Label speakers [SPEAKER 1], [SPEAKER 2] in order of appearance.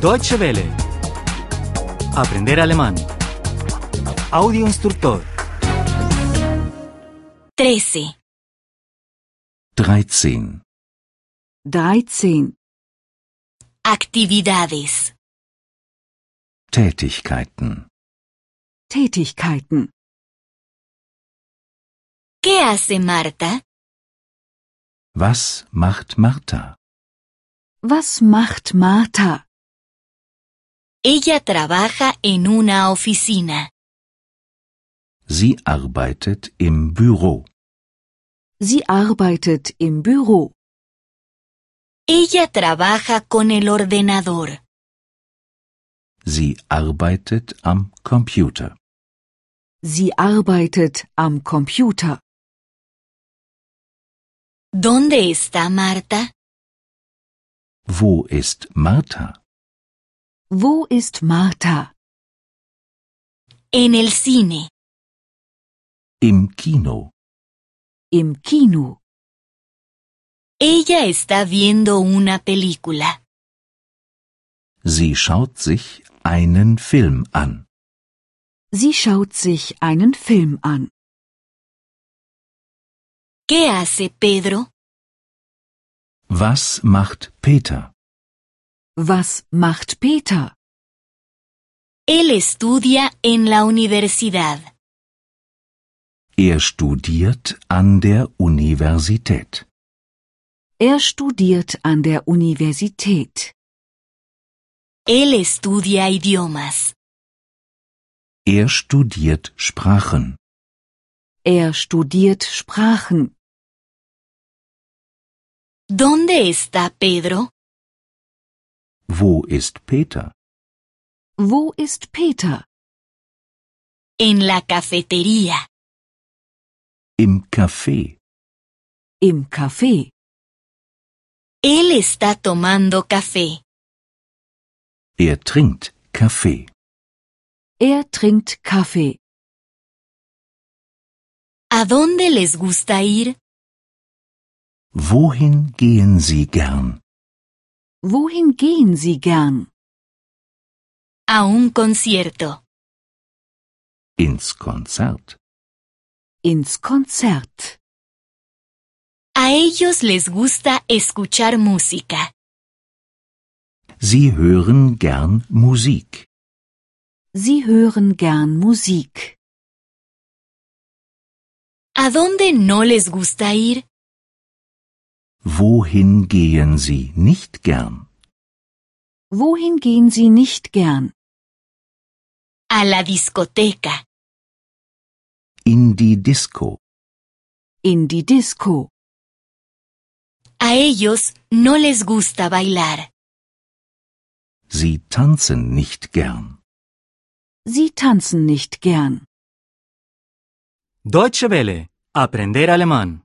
[SPEAKER 1] Deutsche Welle. Aprender alemán. Audio instructor.
[SPEAKER 2] 13.
[SPEAKER 3] 13.
[SPEAKER 4] 13.
[SPEAKER 2] Actividades.
[SPEAKER 3] Tätigkeiten.
[SPEAKER 4] Tätigkeiten.
[SPEAKER 2] ¿Qué hace Marta?
[SPEAKER 3] Was macht Martha?
[SPEAKER 4] Was macht Martha?
[SPEAKER 2] Ella trabaja en una oficina.
[SPEAKER 3] Sie arbeitet im Büro.
[SPEAKER 4] Sie arbeitet im Büro.
[SPEAKER 2] Ella trabaja con el ordenador.
[SPEAKER 3] Sie arbeitet am Computer.
[SPEAKER 4] Sie arbeitet am Computer.
[SPEAKER 2] ¿Dónde está Marta?
[SPEAKER 3] Wo ist Martha?
[SPEAKER 4] Wo ist Martha?
[SPEAKER 2] En el cine.
[SPEAKER 3] Im Kino.
[SPEAKER 4] Im Kino.
[SPEAKER 2] Ella está viendo una película.
[SPEAKER 3] Sie schaut sich einen Film an.
[SPEAKER 4] Sie schaut sich einen Film an.
[SPEAKER 2] ¿Qué hace Pedro?
[SPEAKER 3] Was macht Peter?
[SPEAKER 4] Was macht Peter?
[SPEAKER 2] Él estudia en la universidad.
[SPEAKER 3] Er studiert an der Universität.
[SPEAKER 4] Er studiert an der Universität.
[SPEAKER 2] Él estudia idiomas.
[SPEAKER 3] Er studiert Sprachen.
[SPEAKER 4] Er studiert Sprachen.
[SPEAKER 2] ¿Dónde está Pedro?
[SPEAKER 3] Wo ist Peter?
[SPEAKER 4] Wo ist Peter?
[SPEAKER 2] En la cafetería.
[SPEAKER 3] Im Café.
[SPEAKER 4] Im Café.
[SPEAKER 2] Él está tomando café.
[SPEAKER 3] Er trinkt Kaffee.
[SPEAKER 4] Er trinkt Kaffee.
[SPEAKER 2] ¿A dónde les gusta ir?
[SPEAKER 3] Wohin gehen Sie gern?
[SPEAKER 4] Wohin gehen Sie gern?
[SPEAKER 2] A un concierto.
[SPEAKER 3] Ins Konzert.
[SPEAKER 4] Ins Konzert.
[SPEAKER 2] A ellos les gusta escuchar música.
[SPEAKER 3] Sie hören gern Musik.
[SPEAKER 4] Sie hören gern Musik.
[SPEAKER 2] ¿A dónde no les gusta ir?
[SPEAKER 3] Wohin gehen Sie nicht gern?
[SPEAKER 4] Wohin gehen Sie nicht gern?
[SPEAKER 2] A la discoteca.
[SPEAKER 3] In die Disco.
[SPEAKER 4] In die Disco.
[SPEAKER 2] A ellos no les gusta bailar.
[SPEAKER 3] Sie tanzen nicht gern.
[SPEAKER 4] Sie tanzen nicht gern.
[SPEAKER 1] Deutsche Welle. Aprender alemán.